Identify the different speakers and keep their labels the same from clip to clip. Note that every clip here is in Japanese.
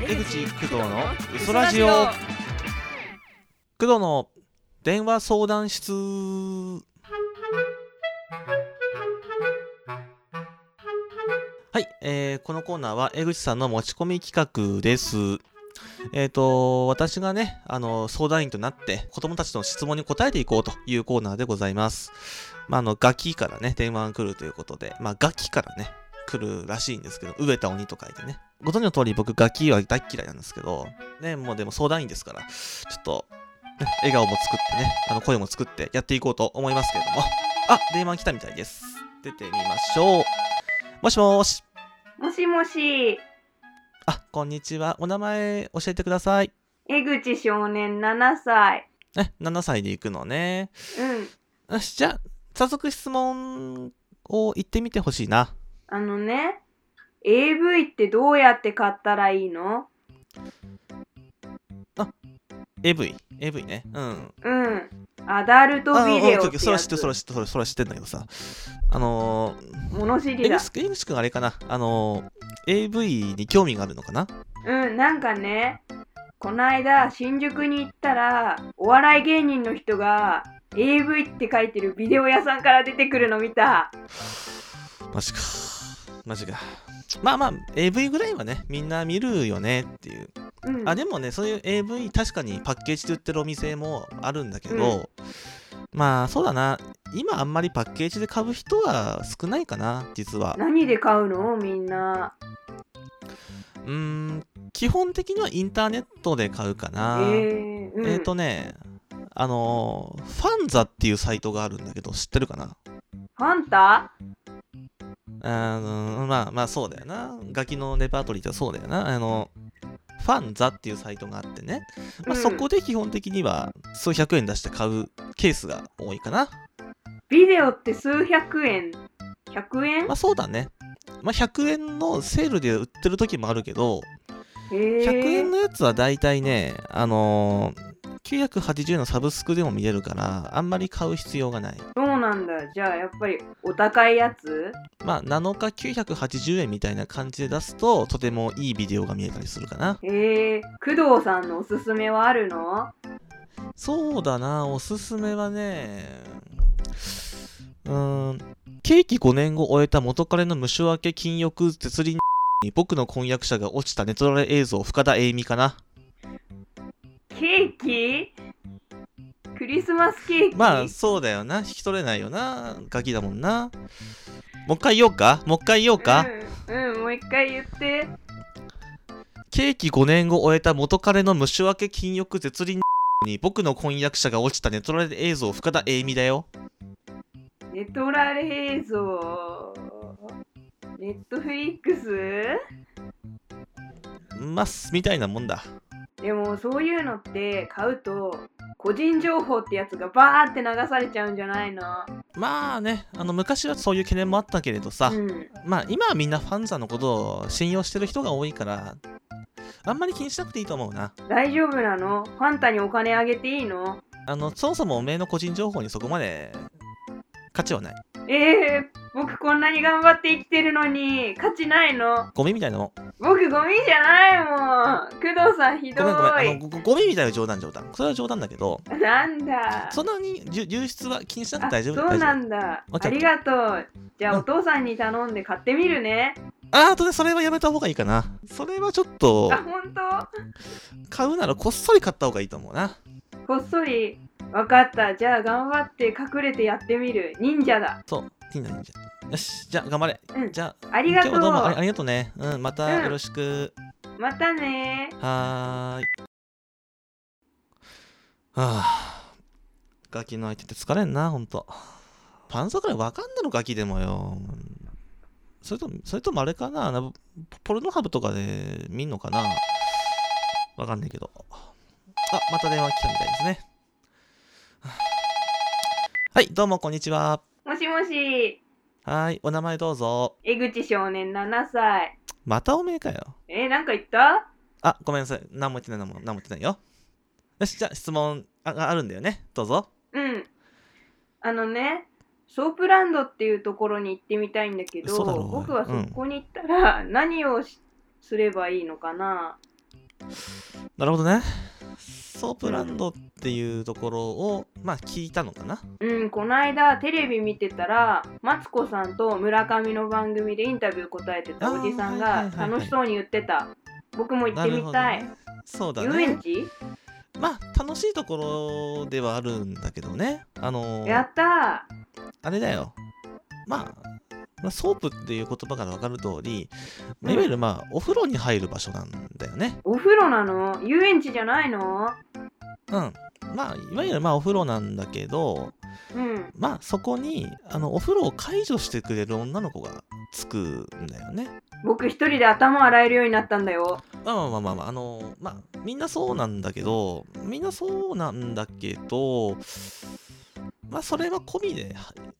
Speaker 1: 江口工藤のウソラジオ工藤の電話相談室はい、えーこのコーナーは江口さんの持ち込み企画ですえっ、と私がねあの相談員となって子供たちの質問に答えていこうというコーナーでございますまああのガキからね電話が来るということでまあガキからね来るらしいんですけど飢えた鬼と書いてねご存知の通り僕ガキは大っ嫌いなんですけどねもうでも相談員ですからちょっと、ね、笑顔も作ってねあの声も作ってやっていこうと思いますけれどもあ電話来たみたいです出てみましょうもしもーし
Speaker 2: もしもし、
Speaker 1: あこんにちはお名前教えてください
Speaker 2: 江口少年7歳。
Speaker 1: え7歳で行くのね
Speaker 2: うん。
Speaker 1: よしじゃあ早速質問を言ってみてほしいな
Speaker 2: あのね、AV ってどうやって買ったらいいの
Speaker 1: AV AV ねうん
Speaker 2: うん。アダルトビデ
Speaker 1: あ
Speaker 2: オ
Speaker 1: オ
Speaker 2: っ
Speaker 1: ッケーオッケー
Speaker 2: て
Speaker 1: それ
Speaker 2: や
Speaker 1: は知ってるそれは
Speaker 2: つ。
Speaker 1: 知ってるそれそれは知ってんだけどさあのー、
Speaker 2: 物知り
Speaker 1: 江
Speaker 2: だ。
Speaker 1: 口くん江口くんあれかなあのー AV に興味があるのかな
Speaker 2: うん、なんかね、こないだ新宿に行ったら、お笑い芸人の人が AV って書いてるビデオ屋さんから出てくるの見た。
Speaker 1: マジかマジかまあまあ AV ぐらいはねみんな見るよねっていう
Speaker 2: うん。
Speaker 1: あでもねそういう AV 確かにパッケージで売ってるお店もあるんだけど、まあそうだな今あんまりパッケージで買う人は少ないかな実は
Speaker 2: 何で買うのみんな。
Speaker 1: うーん基本的にはインターネットで買うか
Speaker 2: え
Speaker 1: な
Speaker 2: ー、うん。
Speaker 1: えーとねあのーファンザっていうサイトがあるんだけど知ってるかな
Speaker 2: ファンタ
Speaker 1: あのまあまあそうだよなガキのレパートリーってそうだよなあのファンザっていうサイトがあってね、まあ、
Speaker 2: うん
Speaker 1: そこで基本的には数百円出して買うケースが多いかな、
Speaker 2: ビデオって数百円 ?100 円
Speaker 1: まあそうだね。まあ、100円のセールで売ってる時もあるけど、
Speaker 2: へ
Speaker 1: 100円
Speaker 2: え
Speaker 1: のやつは大体ね、あのー980円のサブスクでも見れるから、あんまり買う必要がない。
Speaker 2: そうなんだじゃあやっぱりお高いやつ
Speaker 1: まあ、7日980円みたいな感じで出すと、とてもいいビデオが見えたりするかな。
Speaker 2: へえ工藤さんのおすすめはあるの
Speaker 1: そうだな、おすすめはね、うーん、刑期5年後終えた元彼の無償明け禁欲絶倫に僕の婚約者が落ちたネトラレ映像、深田栄美かな。
Speaker 2: ケーキクリスマスケーキ
Speaker 1: まあそうだよな引き取れないよなガキだもんなもう一回言おうかもう一回言おうか、
Speaker 2: うん、うん、もう一回言って
Speaker 1: 刑期5年後終えた元彼の無種明け禁欲絶倫に僕の婚約者が落ちたネトラレ映像深田栄美だよ
Speaker 2: ネトラレ映像ネットフリックス
Speaker 1: ますみたいなもんだ
Speaker 2: でもそういうのって買うと個人情報ってやつがバーって流されちゃうんじゃないの
Speaker 1: まあねあの昔はそういう懸念もあったけれどさ、
Speaker 2: うん、
Speaker 1: まあ今はみんなファンザのことを信用してる人が多いからあんまり気にしなくていいと思うな
Speaker 2: 大丈夫なのファンタにお金あげていいの
Speaker 1: あのそもそもおめえの個人情報にそこまで価値はない
Speaker 2: えー、僕こんなに頑張って生きてるのに価値ないの
Speaker 1: ゴミみたいなもん
Speaker 2: 僕ゴミじゃないもん工藤さんひど
Speaker 1: ごめんごめんあの
Speaker 2: い
Speaker 1: ごごゴミみたいな冗談冗談それは冗談だけど
Speaker 2: なんだ
Speaker 1: そんなに流流出は気にしなくて
Speaker 2: あ
Speaker 1: 大丈夫
Speaker 2: そう
Speaker 1: 大丈夫
Speaker 2: なんだ
Speaker 1: オッケ
Speaker 2: あ
Speaker 1: ー
Speaker 2: りがとうじゃあ
Speaker 1: うん
Speaker 2: お父さんに頼んで買ってみるね
Speaker 1: ああとねそれはやめた方がいいかなそれはちょっと
Speaker 2: あ本当
Speaker 1: 買うならこっそり買った方がいいと思うな
Speaker 2: こっそりわかったじゃあ頑張って隠れてやってみる忍者だ
Speaker 1: そういいんだいいんじゃよしじゃあ頑張れ、
Speaker 2: うん
Speaker 1: じゃあ
Speaker 2: ありがとう
Speaker 1: 今日はどうもありありがとうねうんまたよろしく、
Speaker 2: またね
Speaker 1: はーいはあガキの相手って疲れんなほんとパンサーくらいわかんなのガキでもよそれとそれともあれかなあのポポルノハブとかで見んのかなわかんないけどあまた電話来たみたいですねはあはいどうもこんにちは
Speaker 2: もしもし
Speaker 1: はーいお名前どうぞ
Speaker 2: 江口少年7歳
Speaker 1: またおめえかよ
Speaker 2: えー、なんか言った
Speaker 1: あ、ごめんなさい。何も言ってない、何も何も言ってないよ。よし、じゃあ質問あがあるんだよね。どうぞ。
Speaker 2: うん。あのね、ソープランドっていうところに行ってみたいんだけど、
Speaker 1: 嘘だろおい
Speaker 2: 僕はそこに行ったら何をしすればいいのかな
Speaker 1: なるほどね。ソープランドっていうところを、まあ聞いたのかな
Speaker 2: うん、こないだテレビ見てたらマツコさんと村上の番組でインタビュー答えてたおじさん
Speaker 1: あーはいは
Speaker 2: が
Speaker 1: いはいはい
Speaker 2: 楽しそうに言ってた僕も行っ
Speaker 1: な
Speaker 2: て
Speaker 1: る
Speaker 2: み
Speaker 1: ほど
Speaker 2: たい、
Speaker 1: ね。そうだ
Speaker 2: 遊園
Speaker 1: ね。
Speaker 2: 地
Speaker 1: まあ楽しいところではあるんだけどね。あのー
Speaker 2: やった
Speaker 1: あれだよ。まあ、まあソープっていう言葉から分かる通り、まあ
Speaker 2: うん
Speaker 1: いわゆるまあお風呂に入る場所なんだよね。
Speaker 2: ーお風呂なの遊園地じゃないの
Speaker 1: うん。まあ、いわゆるまあお風呂なんだけど、
Speaker 2: うん
Speaker 1: まあそこにあのお風呂を介助してくれる女の子がつくんだよね。
Speaker 2: 僕一人で頭洗えるようになったんだよ
Speaker 1: まあまあまあまあまあ、あのーまあみんなそうなんだけど、みんなそうなんだけど、まあそれは込みで、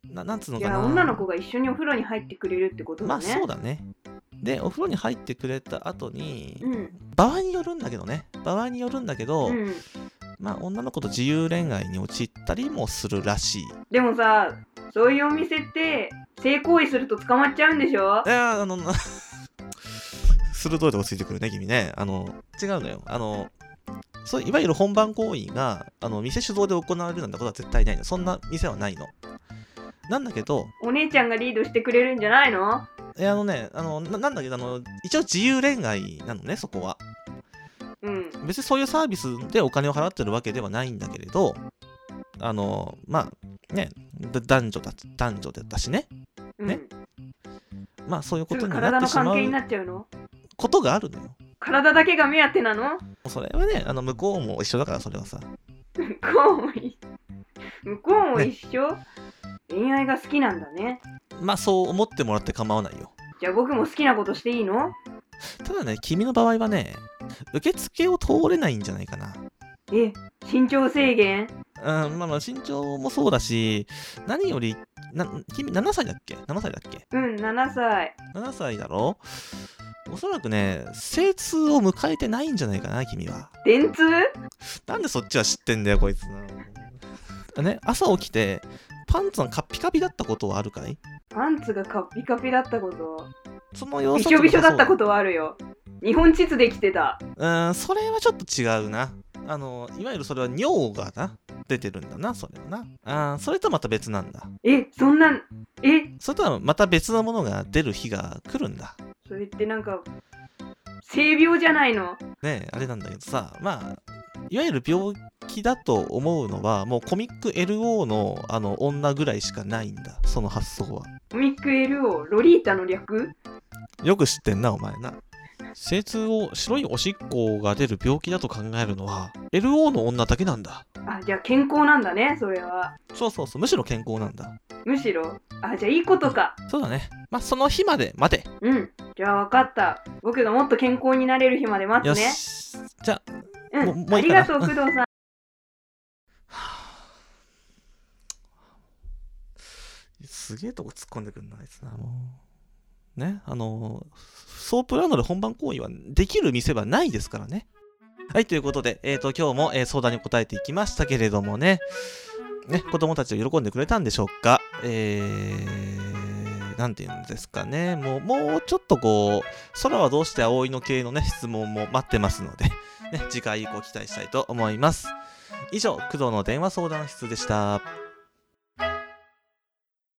Speaker 1: ななんつうの
Speaker 2: い
Speaker 1: か
Speaker 2: や
Speaker 1: な。
Speaker 2: 女の子が一緒にお風呂に入ってくれるってこと
Speaker 1: ま
Speaker 2: だ
Speaker 1: あ
Speaker 2: ね、
Speaker 1: そうだね。で、お風呂に入ってくれた後に、
Speaker 2: うん
Speaker 1: 場合によるんだけどね場合によるんだけど、
Speaker 2: うん
Speaker 1: まあ女の子と自由恋愛に陥ったりもするらしい
Speaker 2: でもさそういうお店って性行為すると捕まっちゃうんでしょ
Speaker 1: いやー あのな鋭いとこついてくるね君ねあの違うのよあのそういわゆる本番行為があの店主導で行われるなんてことは絶対ないのそんな店はないのなんだけど
Speaker 2: お姉ちゃんがリードしてくれるんじゃないの
Speaker 1: いやあのねあのななんだけどあの一応自由恋愛なのねそこは
Speaker 2: うん
Speaker 1: 別にそういうサービスでお金を払ってるわけではないんだけれどあのまあねだ男女だ男女だったしね
Speaker 2: うん
Speaker 1: ねまあそういうこ
Speaker 2: す
Speaker 1: と
Speaker 2: ぐ
Speaker 1: にな
Speaker 2: 体
Speaker 1: って
Speaker 2: の
Speaker 1: しま
Speaker 2: 関係にな
Speaker 1: う
Speaker 2: っちゃうの
Speaker 1: ことがあるのよ
Speaker 2: 体だけが目当てなの
Speaker 1: それはねあの向こうも一緒だからそれはさ
Speaker 2: 向こうも一緒向こうも一緒、恋愛が好きなんだね
Speaker 1: まあそう思ってもらって構わないよ
Speaker 2: じゃあ僕も好きなことしていいの
Speaker 1: ただね君の場合はね受付を通れないんじゃないかな
Speaker 2: え身長制限
Speaker 1: うんまあまあ身長もそうだし何よりな君7歳だっけ ?7 歳だっけ
Speaker 2: うん7歳
Speaker 1: ?7 歳だろおそらくね精通を迎えてないんじゃないかな君は
Speaker 2: 電通
Speaker 1: なんでそっちは知ってんだよ、こいつな。ね、朝起きて、パンツがカッピカピだったことはあるかい
Speaker 2: パンツがカッピカピだったこと
Speaker 1: その様
Speaker 2: び
Speaker 1: 子。
Speaker 2: しょびしょだったこととはあるよ日本地図できてた
Speaker 1: うーん、それはちょっと違うな。あの、いわゆるそれは尿がな、出てるんだな、それはな。あーそれとはまた別なんだ。
Speaker 2: えそんなんえ
Speaker 1: それとはまた別のものが出る日が来るんだ。
Speaker 2: それってなんか性病じゃないの
Speaker 1: ねえあれなんだけどさ、まあ、いわゆる病気だと思うのは、もうコミック LO のあの女ぐらいしかないんだ、その発想は。
Speaker 2: コミック L をロリータの略
Speaker 1: よく知ってんな、お前な。精通を白いおしっこが出る病気だと考えるのは LO の女だけなんだ。
Speaker 2: あじゃあ健康なんだねそれは
Speaker 1: そうそうそう、むしろ健康なんだ。
Speaker 2: むしろあじゃあいいことか
Speaker 1: そうだね。まあ、その日まで待て。
Speaker 2: うんじゃあ分かった僕がもっと健康になれる日まで待
Speaker 1: よ
Speaker 2: つ
Speaker 1: し
Speaker 2: ね。
Speaker 1: じゃあ、
Speaker 2: う
Speaker 1: もうんもう
Speaker 2: あ
Speaker 1: いい
Speaker 2: り
Speaker 1: か
Speaker 2: が
Speaker 1: な
Speaker 2: とう工藤さん
Speaker 1: すげえとこ突っ込んでくんな、あいつな、もう。ね、あの、ソープランドで本番行為はできる店はないですからね。はい、ということで、えっ、と、今日も、えー相談に答えていきましたけれどもね、ね、子供たちを喜んでくれたんでしょうか。えー、なんていうんですかね、もう、もうちょっとこう、空はどうして葵の系のね、質問も待ってますので、ね、次回以降期待したいと思います。以上、工藤の電話相談室でした。